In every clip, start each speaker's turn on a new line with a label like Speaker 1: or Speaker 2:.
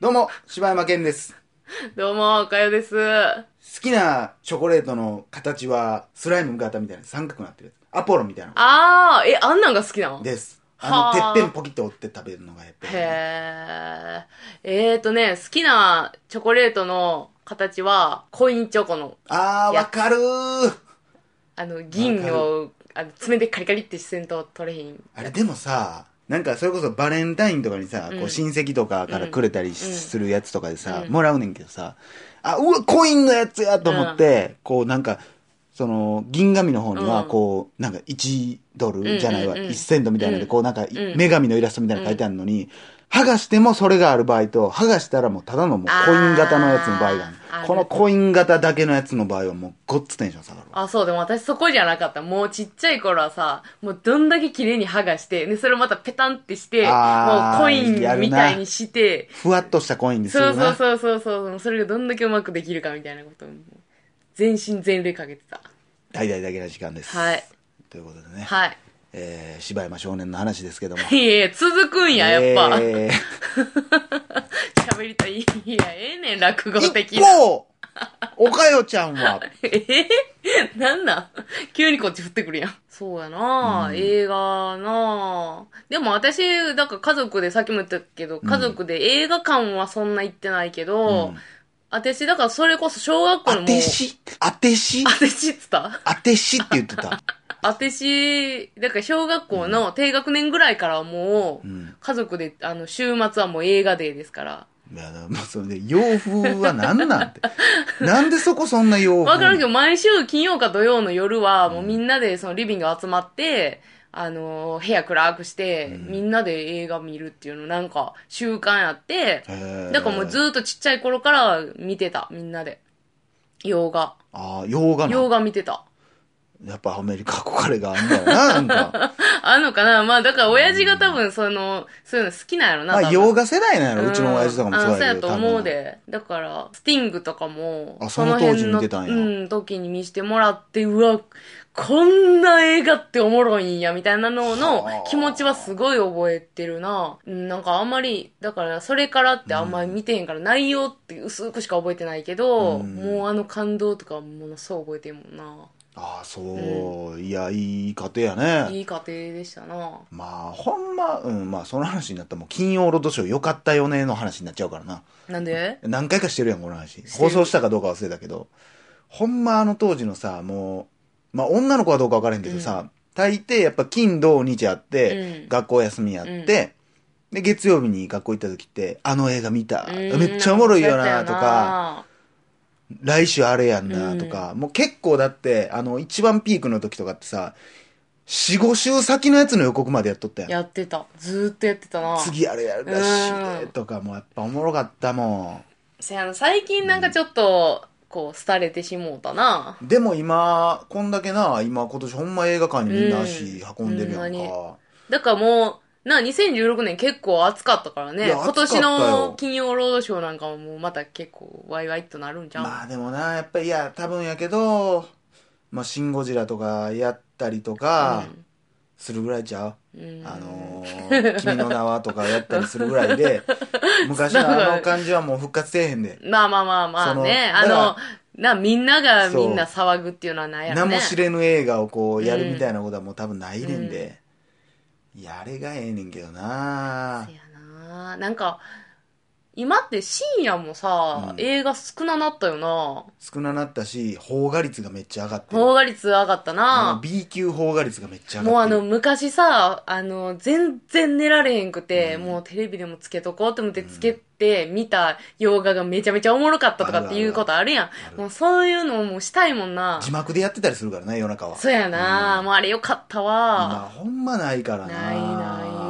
Speaker 1: どうも、柴山健です。
Speaker 2: どうも、おかよです。
Speaker 1: 好きなチョコレートの形は、スライム型みたいな三角になってるやつ。アポロみたいな
Speaker 2: あー、え、あんなんが好きなの
Speaker 1: の。
Speaker 2: へ
Speaker 1: です。あ
Speaker 2: は
Speaker 1: の、
Speaker 2: あ
Speaker 1: てっぺんポキッと折って食べるのがやっぱり。
Speaker 2: ー。えーとね、好きなチョコレートの形は、コインチョコの、
Speaker 1: あー、わかるー。
Speaker 2: あの、銀を、あの爪でカリカリってしてんと取れへん。
Speaker 1: あれでもさ、なんかそれこそバレンタインとかにさ、
Speaker 2: うん
Speaker 1: こう親戚とかからくれたりし
Speaker 2: うん
Speaker 1: するやつとかでさ、
Speaker 2: うん
Speaker 1: もらうねんけどさ、あ、うわ、コインのやつやと思って、こうなんか、その、銀紙の方には、
Speaker 2: うん
Speaker 1: こう、なんか1ドルじゃないわ、
Speaker 2: うんうんうん
Speaker 1: 1セントみたいなので、
Speaker 2: うん
Speaker 1: こうなんか、
Speaker 2: ん
Speaker 1: 女神のイラストみたいなの書いてあるのに、剥がしてもそれがある場合と、剥がしたらもうただのもうコイン型のやつの場合があ
Speaker 2: あ
Speaker 1: る。
Speaker 2: ー
Speaker 1: このコイン型だけのやつの場合はもうごっつテンション下がるわ。
Speaker 2: あ、そう、でも私そこじゃなかった。もうちっちゃい頃はさ、もうどんだけ綺麗に剥がして、で、それをまたペタンってして、も
Speaker 1: あー
Speaker 2: うコインみたいにして、
Speaker 1: ふわっとしたコインにする
Speaker 2: そ
Speaker 1: な。
Speaker 2: うそうそうそうそう、それがどんだけうまくできるかみたいなことを、全身全霊かけてた。
Speaker 1: 大々だけな時間です。
Speaker 2: はい
Speaker 1: ということでね、
Speaker 2: はい。
Speaker 1: えー、柴山少年の話ですけども。
Speaker 2: いやいや、続くんや、やっぱ。喋、
Speaker 1: えー
Speaker 2: りたい。いや、ええねん、落語的
Speaker 1: 一
Speaker 2: な。
Speaker 1: 方、おかよちゃん は、
Speaker 2: ええなんなん急にこっち降ってくるやん。そうやな、
Speaker 1: うん
Speaker 2: 映画なでも私、だから家族で、さっきも言ったけど、家族で映画館はそんな行ってないけど、
Speaker 1: うん
Speaker 2: 私、だからそれこそ小学校の
Speaker 1: あ
Speaker 2: もう。
Speaker 1: てし、あてし、
Speaker 2: あてしっつった
Speaker 1: あてしって言ってた。
Speaker 2: あてし、だから小学校の低学年ぐらいからはもう、
Speaker 1: うん。
Speaker 2: 家族で、あの、週末はもう映画デーですから。
Speaker 1: いや、もうそれで、洋風は何なん て。なんでそこそんな洋風
Speaker 2: わからんけど、毎週金曜か土曜の夜は、もうみんなでそのリビング集まって、あのー、部屋暗くして、
Speaker 1: うん
Speaker 2: みんなで映画見るっていうのなんか習慣やって、
Speaker 1: へー
Speaker 2: だからもうずっとちっちゃい頃から見てた、みんなで。洋画。
Speaker 1: ああ、洋画
Speaker 2: 洋
Speaker 1: の。
Speaker 2: 画見てた。
Speaker 1: やっぱアメリカ憧れがあんだよな、なん か。
Speaker 2: あんのかなまあだから親父が多分その、そういうの好きなんやろな。
Speaker 1: まあ
Speaker 2: 多、分
Speaker 1: 洋画世代なの、うちの親父とかも
Speaker 2: そ
Speaker 1: そううや
Speaker 2: やそうや
Speaker 1: けど。
Speaker 2: と思うで。だから、スティングとかも、
Speaker 1: あその当時見てたんや
Speaker 2: その辺のうん、時に見してもらって、うわ、こんな映画っておもろいんや、みたいなのの
Speaker 1: はあ
Speaker 2: 気持ちはすごい覚えてるな。うんなんかあんまり、だから、それからってあんまり見てへんから、内容って薄くしか覚えてないけど、
Speaker 1: うん
Speaker 2: もうあの感動とかものすごい覚えてるもんな。
Speaker 1: 多分ああ、そう。いや、いい家庭やね。
Speaker 2: いい家庭でしたな。
Speaker 1: まあ、ほんま、うん、まあ、その話になったらもう金曜ロードショー良かったよねの話になっちゃうからな。
Speaker 2: なんで
Speaker 1: 何回かしてるやん、この話。
Speaker 2: してる
Speaker 1: 放送したかどうか忘れたけど。ほんまあの当時のさ、もう、まあ女の子はどうか分からへんけどさ、大抵やっぱ金、土、日あって、
Speaker 2: うん
Speaker 1: 学校休みやって、で、月曜日に学校行った時って、あの映画見た、めっちゃおもろいよなとか、、来週あれやんなとか、もう結構だって、あの、一番ピークの時とかってさ、4、5週先のやつの予告までやっとったやん。
Speaker 2: やってた。ずーっとやってたな。
Speaker 1: 次あれやるらし
Speaker 2: う
Speaker 1: い
Speaker 2: ん
Speaker 1: とかもやっぱおもろかったも
Speaker 2: せやな、最近なんかちょっと、こう、廃れてしもうたな。
Speaker 1: んでも今こんだけな今今年ほんま映画館にみんな足
Speaker 2: うん
Speaker 1: 運んでるや
Speaker 2: ほ
Speaker 1: ん
Speaker 2: んまに
Speaker 1: か、
Speaker 2: だからもう、な、2016年結構暑かったから
Speaker 1: い
Speaker 2: ね。
Speaker 1: や
Speaker 2: 今
Speaker 1: 暑か
Speaker 2: 年
Speaker 1: ったよ
Speaker 2: の金曜ロードショーなんかももうまた結構ワイワイっとなるんじゃん。
Speaker 1: まあでもなやっぱりいや多分やけど「まあ、シン・ゴジラ」とかやったりとかするぐらいちゃう、
Speaker 2: うん、うん
Speaker 1: あのー君の名は」とかやったりするぐらい で昔のあの感じはもう復活せえへんで、
Speaker 2: まあまあまあまあね。
Speaker 1: そ
Speaker 2: あ
Speaker 1: のだから
Speaker 2: の、な、みんなが
Speaker 1: そう
Speaker 2: みんな騒ぐっていうのはないやろ
Speaker 1: 名
Speaker 2: ね。
Speaker 1: も知れぬ映画をこうやるみたいなことはもう多分ないねんで、いやあれがええねんけどな
Speaker 2: せやな。なんか、今って深夜も
Speaker 1: う
Speaker 2: さ、
Speaker 1: ん
Speaker 2: 映画少ななったよな。
Speaker 1: 少ななったし邦画率がめっちゃ上がってる
Speaker 2: 邦画率上がった
Speaker 1: あ
Speaker 2: な。
Speaker 1: の B 級邦画率がめっちゃ上
Speaker 2: もう
Speaker 1: が
Speaker 2: あ
Speaker 1: ってる
Speaker 2: の、昔さ、あの、全然寝られへんくて、
Speaker 1: うん
Speaker 2: もうテレビでもつけとこうと思ってつけて、見た洋画がめちゃめちゃおもろかったとかっていうことあるや
Speaker 1: る
Speaker 2: ん。もうそういうのをもうしたいもんな
Speaker 1: 字。幕でやってたりするからね夜中は
Speaker 2: そうやな、
Speaker 1: うん
Speaker 2: もうあれよかった
Speaker 1: まあ
Speaker 2: わ。
Speaker 1: ほんまないからな
Speaker 2: ないない。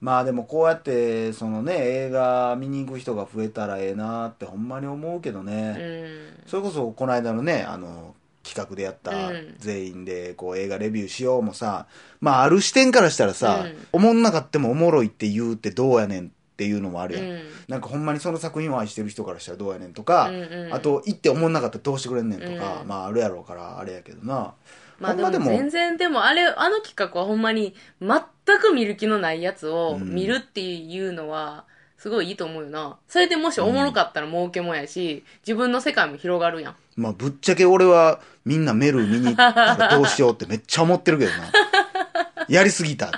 Speaker 1: まあでもこうやってそのね映画見に行く人が増えたらええなってほんまに思うけど
Speaker 2: う
Speaker 1: ね、
Speaker 2: ん。
Speaker 1: それこそこの間のねあの企画でやった
Speaker 2: うん
Speaker 1: 全員でこう映画レビューしようもさまあある視点からしたらさ、
Speaker 2: うん
Speaker 1: おもんなかってもおもろいって言うってどうやねんっていうのもある
Speaker 2: う
Speaker 1: やん、
Speaker 2: ん。
Speaker 1: なんかほんまにその作品を愛してる人からしたらどうやねんとか、
Speaker 2: うんうん
Speaker 1: あと行って思んなかったらどうしてくれんねんとか、
Speaker 2: うん
Speaker 1: まああるやろうからあれやけどな
Speaker 2: まあで
Speaker 1: ほんまで
Speaker 2: も
Speaker 1: も
Speaker 2: 全然でもあれ、あの企画はほんまに全く見る気のないやつを
Speaker 1: うん
Speaker 2: 見るっていうのはすごいいいと思うよな。それでもしおもろかったら儲けもんやし、自分の世界も広がるやん。
Speaker 1: まあ、ぶっちゃけ俺はみんなメル見に行ったらどうしようってめっちゃ思ってる けどな。やりすぎたって。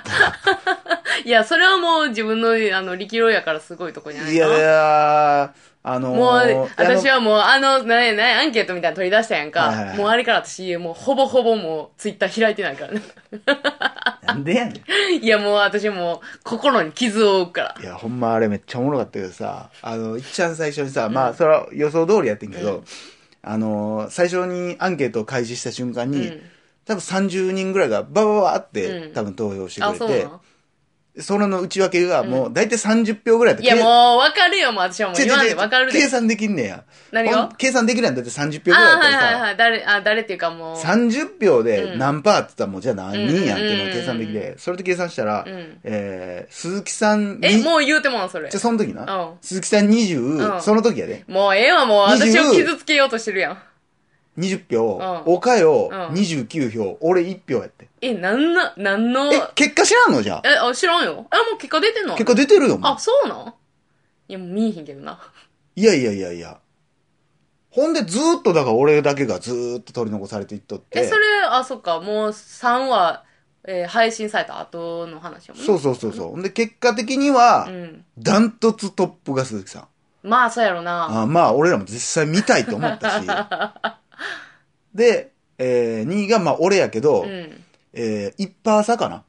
Speaker 2: いや、それはもう自分のあの力量やからすごいとこじゃない
Speaker 1: い
Speaker 2: か
Speaker 1: やい
Speaker 2: な。
Speaker 1: や、あのー
Speaker 2: もう
Speaker 1: いや、あの
Speaker 2: 私はもう、あの、なんやなんやアンケートみたいなの取り出したやんか。
Speaker 1: はいはいはい
Speaker 2: もうあれから私、もうほぼほぼもう、ツイッター開いてないからね。
Speaker 1: なんでやねん。
Speaker 2: いや、もう私もう、心に傷を負うから。
Speaker 1: いや、ほんまあれめっちゃおもろかったけどさ、あの、いっちゃん最初にさ、まあ、それは予想通りやってんけど、あのー最初にアンケートを開始した瞬間に、
Speaker 2: うん
Speaker 1: 多分30人ぐらいがババババって、
Speaker 2: うん
Speaker 1: 多分投票して
Speaker 2: あ、
Speaker 1: く
Speaker 2: そう
Speaker 1: れ
Speaker 2: な
Speaker 1: て、
Speaker 2: の
Speaker 1: それの内訳がもう大体30票ぐらいやった
Speaker 2: いや、もう、わかるよ、もう私はもう
Speaker 1: 違う
Speaker 2: 言わ
Speaker 1: 違う
Speaker 2: ん
Speaker 1: 違
Speaker 2: で
Speaker 1: う
Speaker 2: わかるで
Speaker 1: 計。算できんねや。
Speaker 2: 何が
Speaker 1: ほん計算できるやんだって30票ぐ
Speaker 2: あ、
Speaker 1: らいやった
Speaker 2: はい
Speaker 1: ら
Speaker 2: はい
Speaker 1: さ、
Speaker 2: はい。誰、あ、誰っていうかもう。
Speaker 1: 30票で何パーって言ったらもうじゃあ何人やんっていうの
Speaker 2: う
Speaker 1: を
Speaker 2: ん
Speaker 1: 計算できて、それで計算したら、
Speaker 2: うん
Speaker 1: えー、鈴木さんに、
Speaker 2: え、もう言うてもん、それ
Speaker 1: じゃあ。その時な、
Speaker 2: うん
Speaker 1: 鈴木さん20、
Speaker 2: うん
Speaker 1: その時やで、
Speaker 2: もうええわ、もう私を
Speaker 1: 20
Speaker 2: 傷つけようとしてるやん。
Speaker 1: 20票、
Speaker 2: うん
Speaker 1: 岡よ
Speaker 2: うん
Speaker 1: 29票、俺1票やって。
Speaker 2: え、なんな、なんの、
Speaker 1: え、結果知らんのじゃあ。
Speaker 2: え、あ、知らんよ。え、もう結果出てんの
Speaker 1: 結果出てるよ、お前
Speaker 2: あ、そうなんいや、もう見えへんけどな。
Speaker 1: いやいやいやいや。ほんでずーっとだから俺だけがずーっと取り残されていっとって。
Speaker 2: え、それ、あ、そっか、もう3話、えー配信された後の話やもんね
Speaker 1: そうそうそうそう。ほんで結果的には、
Speaker 2: ん。
Speaker 1: ダントツトップが鈴木さん。
Speaker 2: まあ、そうやろな。
Speaker 1: あまあ、俺らも実際見たいと思った し。で、えー、2位がまあ俺やけど、
Speaker 2: うん。
Speaker 1: えー、1%差かな。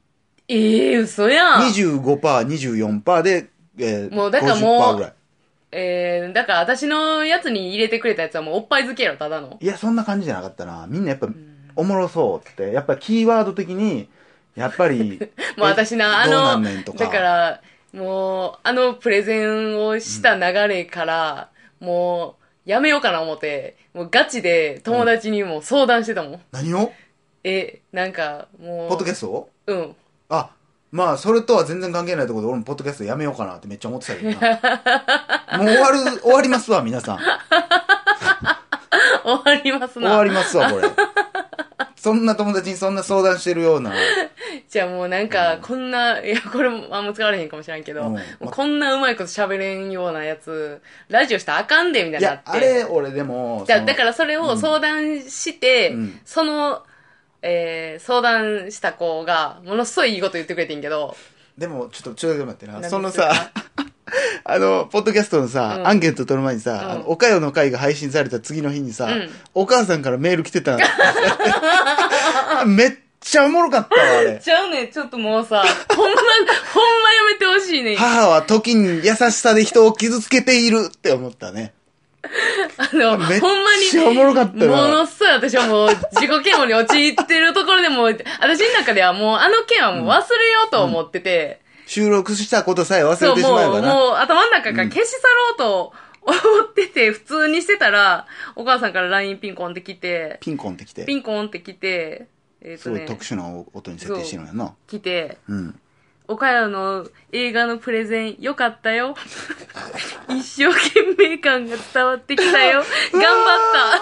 Speaker 2: ええ嘘やん。
Speaker 1: 25%、24%で、えー、
Speaker 2: もうだからもう
Speaker 1: 50%ぐらい。
Speaker 2: えー、だから私のやつに入れてくれたやつはもうおっぱい漬けやろ、ただの。、
Speaker 1: いや、そんな感じじゃなかったな。みんなやっぱ、おもろそうって。やっぱキーワード的に、やっぱり
Speaker 2: もう私な、あ
Speaker 1: えどうなん
Speaker 2: の、
Speaker 1: ねんとか。
Speaker 2: だから、もう、あのプレゼンをした流れから、もう、やめようかな思って、もうガチで友達にも相談してたもん。
Speaker 1: 何を
Speaker 2: え、なんか、もう。
Speaker 1: ポッドキャストを
Speaker 2: うん。
Speaker 1: あ、まあ、それとは全然関係ないところで、俺もポッドキャストやめようかなってめっちゃ思ってたけ どな。もう終わる、終わりますわ、皆さん。
Speaker 2: 終わります
Speaker 1: 終
Speaker 2: な。
Speaker 1: わりますわ、これ。そんな友達にそんな相談してるような。
Speaker 2: じゃあもうなんか、こんな、いや、これもあんま使われへんかもしれんけど、
Speaker 1: うん
Speaker 2: もうこんなうまいこと喋れんようなやつ、ラジオしたらあかんで、みたい
Speaker 1: い
Speaker 2: にな
Speaker 1: や
Speaker 2: って。、
Speaker 1: あれ、俺でも、
Speaker 2: じゃあ
Speaker 1: その
Speaker 2: だからそれを相談して、
Speaker 1: うん
Speaker 2: その、えー、相談した子が、ものすごいいいこと言ってくれてんけど、
Speaker 1: でも、ちょっと、ちょっと待って
Speaker 2: 何
Speaker 1: な。
Speaker 2: です
Speaker 1: その
Speaker 2: か
Speaker 1: さ、あの、ポッドキャストのさ、
Speaker 2: うん
Speaker 1: アンケート取る前にさ、
Speaker 2: うん
Speaker 1: あの、おかよの会が配信された次の日にさ、
Speaker 2: うん
Speaker 1: お母さんからメール来て た。めっちゃおもろかったわ、あれ。
Speaker 2: ちゃうねんちょっともうさ、ほんま、ほんまやめてほしいねん。あ
Speaker 1: 母は時に優しさで人を傷つけているって思ったね。
Speaker 2: の、ほんま
Speaker 1: めっ
Speaker 2: に。
Speaker 1: ちゃおもろかった
Speaker 2: もの
Speaker 1: な。
Speaker 2: すごい私はもう自己嫌悪に陥ってるところでもう、私の中ではもうあの件はもう忘れようと思ってて、
Speaker 1: 収録したことさえ忘れ
Speaker 2: そう、
Speaker 1: てしまえ
Speaker 2: も
Speaker 1: ば
Speaker 2: う、
Speaker 1: な。
Speaker 2: もう頭の中から消し去ろうと思ってて、普通にしてたら、お母さんから LINE ピンコンってきて、
Speaker 1: ピンコンってきて
Speaker 2: ピ。ンコンってきて、えっ、
Speaker 1: す
Speaker 2: と
Speaker 1: ごい
Speaker 2: ね、
Speaker 1: 特殊な音に設定してるんやな。
Speaker 2: 来て、
Speaker 1: うん。
Speaker 2: 岡谷の映画のプレゼン良かったよ。 一生懸命感が伝わってきたよ。頑張った。
Speaker 1: あー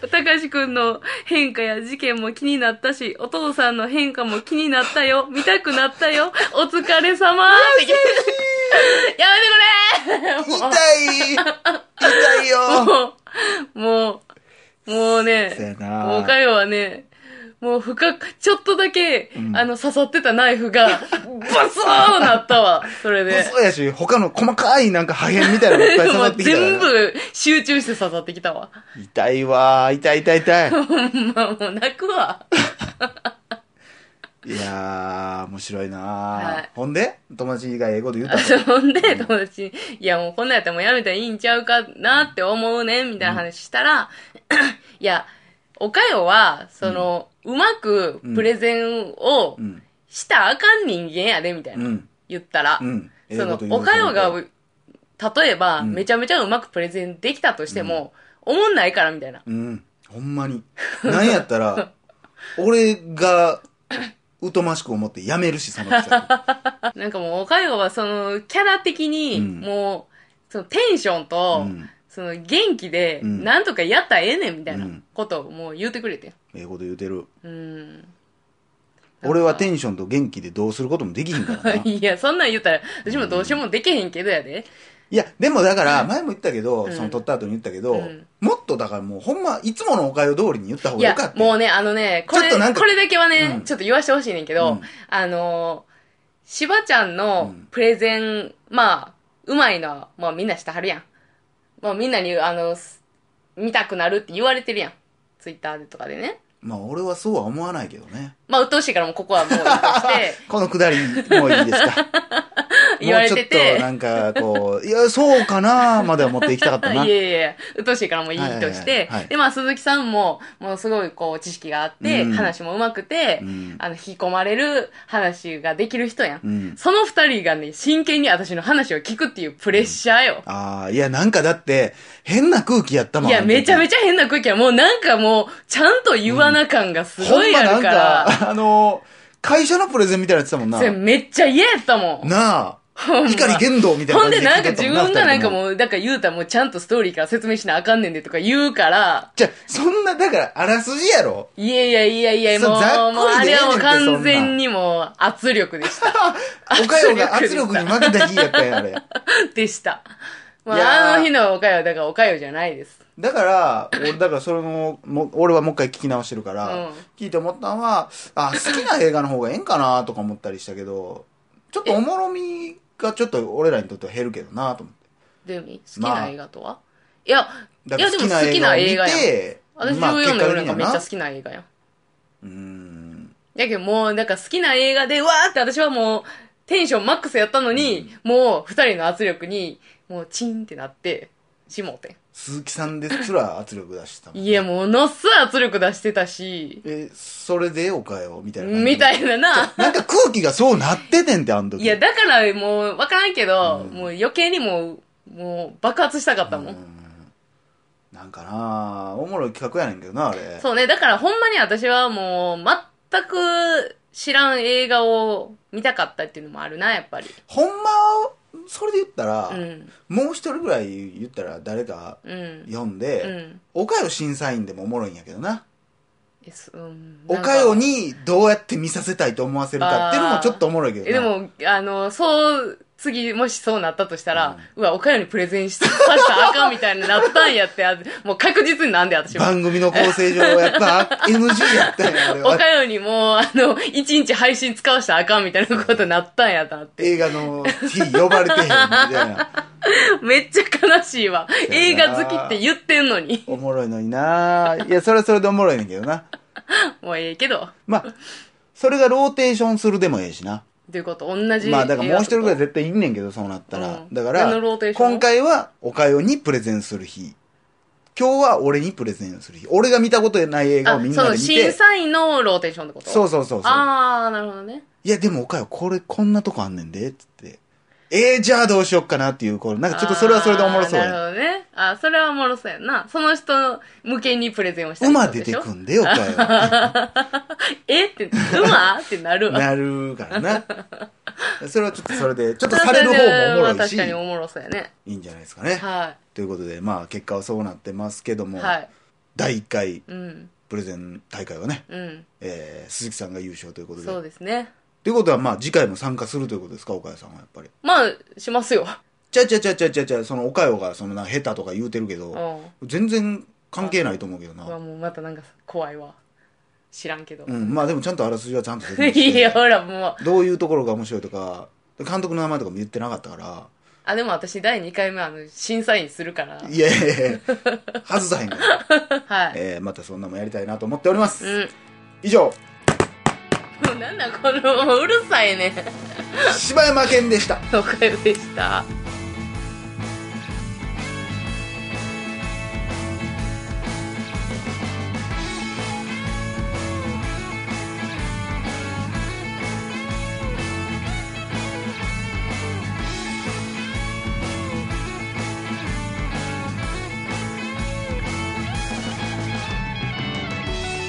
Speaker 1: 優しい
Speaker 2: た かしくんの変化や事件も気になったし、お父さんの変化も気になったよ。見たくなったよ。お疲れ様って言ってやめてくれも
Speaker 1: 痛い痛い よ
Speaker 2: う、もう、も
Speaker 1: そ
Speaker 2: う
Speaker 1: うや
Speaker 2: ね、
Speaker 1: な
Speaker 2: もうかよはね、もう深く、ちょっとだけ、あの、刺さってたナイ フが、バスーンなったわ。それで。
Speaker 1: そうやし、他の細かいなんか破片みたいなのいっぱい刺
Speaker 2: も
Speaker 1: さっ
Speaker 2: う
Speaker 1: てきたから
Speaker 2: 全部集中して刺さってきたわ。
Speaker 1: 痛いわー痛い痛い痛い。
Speaker 2: まあもう泣くわ。
Speaker 1: いやー、面白いなー、
Speaker 2: はい
Speaker 1: ほんで友達以外英語で言うた
Speaker 2: あ
Speaker 1: の
Speaker 2: そうほんで、友達に、いや、もうこんなんやったらもうやめたらいいんちゃうかなって思うねん、みたいな話したら、いや、おかよは、その、うまくプレゼンを
Speaker 1: うん。
Speaker 2: したらあかん人間やで、みたいうな。
Speaker 1: ん。
Speaker 2: 言ったら
Speaker 1: う、ん。
Speaker 2: その、
Speaker 1: 英語
Speaker 2: お
Speaker 1: と
Speaker 2: かよ
Speaker 1: 英
Speaker 2: が
Speaker 1: 語、
Speaker 2: 例えば、
Speaker 1: うん
Speaker 2: めちゃめちゃうまくプレゼンできたとしても、おもんないから、みたいな。
Speaker 1: うん。ほんまに。なんやったら、 俺が、疎ましく思ってやめるし、その人。
Speaker 2: なんかもう、おかよは、その、キャラ的に、
Speaker 1: うん
Speaker 2: もう、その、テンションと、
Speaker 1: うん
Speaker 2: そその元気で、
Speaker 1: うん
Speaker 2: なんとかやったらええねんみたいな
Speaker 1: うん
Speaker 2: ことをもう言うてくれて。
Speaker 1: ええこと言うてる。
Speaker 2: うん。
Speaker 1: 俺はテ
Speaker 2: ン
Speaker 1: ンションと元気でどうすることもできひんからな。い
Speaker 2: いや、そんなん言ったら、私もどうしようもできへんけどやで。
Speaker 1: や、でもだから、前も言ったけど、
Speaker 2: うん
Speaker 1: その撮った後に言ったけど、
Speaker 2: うん
Speaker 1: もっとだからもう、ほんま、いつものおかゆ通りに言った方が
Speaker 2: い
Speaker 1: よ
Speaker 2: や
Speaker 1: かっ、たよ。
Speaker 2: もうね、あのね、これ、
Speaker 1: ちょっとなんか
Speaker 2: これだけはね、
Speaker 1: うん
Speaker 2: ちょっと言わしてほしいねんけ
Speaker 1: う
Speaker 2: ど、
Speaker 1: ん
Speaker 2: あのー、しばちゃん
Speaker 1: う
Speaker 2: の
Speaker 1: ん
Speaker 2: プレゼン、まあ、うまいのは、まあみんなしてはるやん。まあみんなに、あの、す見たくなるって言われてるやん。ツイッターでとかでね。
Speaker 1: まあ、俺はそうは思わないけどね。
Speaker 2: まあ鬱陶しいからもうここはもう一個して、
Speaker 1: このく だり、もういいですか。
Speaker 2: 言われ て
Speaker 1: もうちょっと、
Speaker 2: て
Speaker 1: な、んか、こう、いや、そうかなまでは持っていきたかった
Speaker 2: い
Speaker 1: な。
Speaker 2: やいやいや、うっとうしいからもういいとし
Speaker 1: はいはい
Speaker 2: て
Speaker 1: はいはい、
Speaker 2: で、まあ鈴木さんも、もうすごいこう知識があって、
Speaker 1: うん
Speaker 2: 話も上手くて、
Speaker 1: うん
Speaker 2: あの、引き込まれる話ができる人やん。
Speaker 1: うん
Speaker 2: その二人がね、真剣に私の話を聞くっていうプレッシャーよ。
Speaker 1: ああ、いや、なんかだって、変な空気やったもん。
Speaker 2: いや、めちゃめ
Speaker 1: ち
Speaker 2: ちゃ変な空気や。もうなんかもう、ちゃんと言わな感がすごいあ
Speaker 1: ほ
Speaker 2: る
Speaker 1: んまなん
Speaker 2: から。
Speaker 1: か、あの、会社のプレゼンみたいなやつだもんな
Speaker 2: そ。れめっちゃ嫌やったもん。
Speaker 1: な
Speaker 2: ほん
Speaker 1: あ、
Speaker 2: ま
Speaker 1: 光玄道みたいな
Speaker 2: ほん
Speaker 1: 感じ
Speaker 2: でなんか自分がなんか
Speaker 1: う。
Speaker 2: もう、だから言うたらもうちゃんとストーリーから説明しなあかんねんでとか言うから、
Speaker 1: じゃあ、そんな、だから、あらすじやろ。
Speaker 2: いやいやいやいや、
Speaker 1: そう
Speaker 2: もう、
Speaker 1: ざっ
Speaker 2: もう
Speaker 1: く
Speaker 2: あ
Speaker 1: りでえ
Speaker 2: れ
Speaker 1: えねん
Speaker 2: は
Speaker 1: て
Speaker 2: もう完全にもう圧力でした。
Speaker 1: おかよが圧
Speaker 2: 圧
Speaker 1: 力
Speaker 2: 力
Speaker 1: に負けた日やったやん、あれ。
Speaker 2: でした。ま
Speaker 1: いやー
Speaker 2: あ、あの日のおかよ、だからおかよじゃないです。
Speaker 1: だから、俺、だから、それも、も俺はもう一回聞き直してるから、
Speaker 2: うん
Speaker 1: 聞いて思ったのは、あ、好きな映画の方がええんかなとか思ったりしたけど、ちょっとおもろみがちょっと俺らにとっては減るけどなと思って。
Speaker 2: でもいい好き
Speaker 1: まあ
Speaker 2: な映画とは、いや、
Speaker 1: だ
Speaker 2: い
Speaker 1: から
Speaker 2: やでも好きな
Speaker 1: 好
Speaker 2: 映画
Speaker 1: きな
Speaker 2: やん。
Speaker 1: 映画を見
Speaker 2: 私
Speaker 1: て、まあ
Speaker 2: 14の夜なん
Speaker 1: 結
Speaker 2: か
Speaker 1: 果的に
Speaker 2: めっ
Speaker 1: は
Speaker 2: ち
Speaker 1: な
Speaker 2: ゃ好きな映画やん。
Speaker 1: うーん。
Speaker 2: やけどもう、なんか好きな映画で、わーって私はもう、テンションマックスやったのに、もう、二人の圧力に、もう、チーンってなって、しもうて
Speaker 1: 鈴木さんですら圧力出してたも
Speaker 2: ん。
Speaker 1: ん。
Speaker 2: いや、ものっすごい圧力出してたし、
Speaker 1: え、それでおかよみたいな感じ。
Speaker 2: みたいなな。
Speaker 1: なんか空気がそうなっててんって、あの時。
Speaker 2: いや、だからもう、わからんけど、
Speaker 1: うん
Speaker 2: もう余計にもう、もう、爆発したかったもん。
Speaker 1: なんかなおもろい企画やねんけどな、あれ。
Speaker 2: そうね、だからほんまに私はもう、全く知らん映画を見たかったっていうのもあるな、やっぱり。
Speaker 1: ほんま、それで言ったら、
Speaker 2: うん。
Speaker 1: もう一人ぐらい言ったら誰か
Speaker 2: うん。
Speaker 1: 読ん
Speaker 2: う
Speaker 1: で、
Speaker 2: ん。
Speaker 1: おかよ審査員でもおもろいんやけどな。
Speaker 2: えそうん
Speaker 1: お
Speaker 2: なん
Speaker 1: かよにどうやって見させたいと思わせるかっていうのもちょっとおもろいけどな。
Speaker 2: え、でも、あの、そう、次、もしそうなったとしたら、うわ、おかよにプレゼンしさしたらあかんみたいになったんやって、あもう確実になんで、私は。
Speaker 1: 番組の構成上、やっぱ NG やったんや、あれ
Speaker 2: お
Speaker 1: は
Speaker 2: か。よにもう、あの、一日配信使わしたらあかんみたいなことになったんやなって。
Speaker 1: 映画の T 呼ばれてへんみたいな。
Speaker 2: めっちゃ悲しいわ。
Speaker 1: うや
Speaker 2: 映
Speaker 1: な
Speaker 2: 画好きって言ってんのに。
Speaker 1: おもろいのにないや、それはそれでおもろいねんけどな。
Speaker 2: もうええけど。
Speaker 1: まあ、それがローテーションするでもええしな。
Speaker 2: ということ、同じ。
Speaker 1: まあだからもう一人ぐらい
Speaker 2: で。
Speaker 1: 絶対いんねんけど、そうなったら。
Speaker 2: うん
Speaker 1: だか
Speaker 2: 何のローテ
Speaker 1: ら、
Speaker 2: ーション
Speaker 1: 今回はおかよにプレゼンする日。今日は俺にプレゼンする日。俺が見たことない映画を
Speaker 2: あ
Speaker 1: み、ん
Speaker 2: そ
Speaker 1: なで
Speaker 2: の
Speaker 1: 見
Speaker 2: 審
Speaker 1: て。
Speaker 2: 査員のローテーションってこと
Speaker 1: そううそうそうそう。
Speaker 2: あー、なるほどね。
Speaker 1: いやでもおかよ、これこんなとこあんねんで、つって。えー、じゃあどうしよっかなっていう、こう、なんかちょっとそれはそれでおもろそう
Speaker 2: あー
Speaker 1: や
Speaker 2: な
Speaker 1: な
Speaker 2: るほどね。あー、それはおもろそうやな。その人向けにプレゼンをしたり
Speaker 1: 馬
Speaker 2: って
Speaker 1: 出
Speaker 2: こ
Speaker 1: て
Speaker 2: とでしょ
Speaker 1: くんで、おかよ。
Speaker 2: えって、馬ってなるわ。
Speaker 1: なるからな。それはちょっとそれで、ちょっとされる方もおもろいし、
Speaker 2: それは確かにおもろそうやね。
Speaker 1: いいんじゃないですかね。
Speaker 2: は
Speaker 1: ということで、まあ結果はそうなってますけど
Speaker 2: い。
Speaker 1: も、
Speaker 2: はい。
Speaker 1: 第1回
Speaker 2: うん。
Speaker 1: プレゼン大会はね、
Speaker 2: うん。
Speaker 1: えー鈴木さんが優勝ということで。
Speaker 2: そうですね。
Speaker 1: ということは、まあ次回も参加するということですか、岡谷さんはやっぱり。
Speaker 2: まあ、しますよ。
Speaker 1: ちゃちゃちゃちゃちゃちゃ、その岡谷がそのな下手とか言うてるけ
Speaker 2: う
Speaker 1: ど、
Speaker 2: ん。う
Speaker 1: 全然関係ないと思うけど
Speaker 2: わ、
Speaker 1: な。
Speaker 2: もうまたなんか怖いわ。知らんけど
Speaker 1: う。ん、まあでもちゃんとあらすじはちゃんと説明し
Speaker 2: い
Speaker 1: て
Speaker 2: や、ほら、もう。
Speaker 1: どういうところが面白いとか、監督の名前とかも言ってなかったから、
Speaker 2: あ、でも私第2回目、あの、審査員するから。
Speaker 1: いやいやいや、外さへんから。
Speaker 2: はい。
Speaker 1: えーまたそんなもんやりたいなと思っております、
Speaker 2: うん。
Speaker 1: 以上
Speaker 2: もうなんだこの、もううるさいね。
Speaker 1: 柴山健でした
Speaker 2: おかよでした。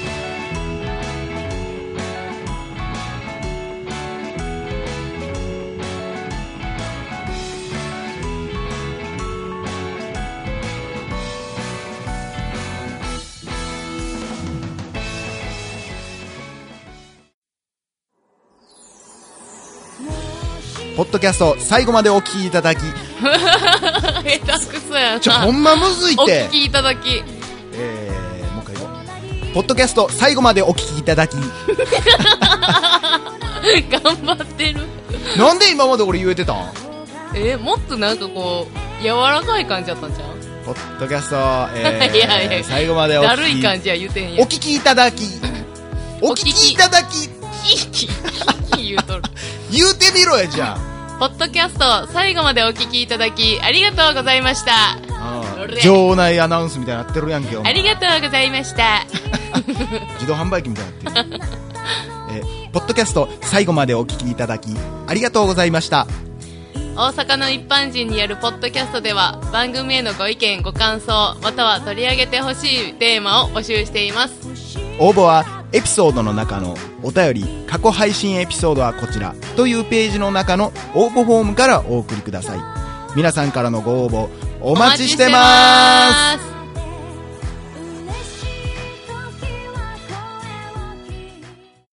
Speaker 3: 「
Speaker 1: ポッドキャスト最後までお聞きいただき、
Speaker 2: 下手くそやな。
Speaker 1: ちょ、ほんまむずい
Speaker 2: お
Speaker 1: って
Speaker 2: 聞。きいただき。
Speaker 1: えー、もう一回言おう。ポッドキャスト最後までお聞きいた だき。
Speaker 2: 頑張ってる。
Speaker 1: なんで今まで俺言えてたん
Speaker 2: え、もっとなんかこう、柔らかい感じやったんじゃん
Speaker 1: ポッドキャスト、
Speaker 2: いやい
Speaker 1: えー、
Speaker 2: や
Speaker 1: 最後までお
Speaker 2: だる
Speaker 1: 聞
Speaker 2: い
Speaker 1: き
Speaker 2: 感じや言うてん
Speaker 1: お
Speaker 2: や
Speaker 1: 聞。きいただき。お聞きいただき。
Speaker 2: キーキー、キーキー言うとる。
Speaker 1: 言うてみろや、じゃあ。
Speaker 2: ポッドキャスト、最後までお聞きいただき、ありがとうございました。
Speaker 1: うん
Speaker 2: それ
Speaker 1: 場内アナウンスみたいになってるやんけ、お
Speaker 2: あ
Speaker 1: 前
Speaker 2: りがとうございました。
Speaker 1: 自動販売機みたいになってるえーポッドキャスト最後までお聞きいただきありがとうございました
Speaker 2: 大阪の一般人によるポッドキャストでは番組へのご意見ご感想または取り上げてほしいテーマを募集しています
Speaker 1: 応募はエピソードの中のお便り過去配信エピソードはこちらというページの中の応募フォームからお送りください皆さんからのご応募お
Speaker 2: お
Speaker 1: 待ちしてます
Speaker 2: す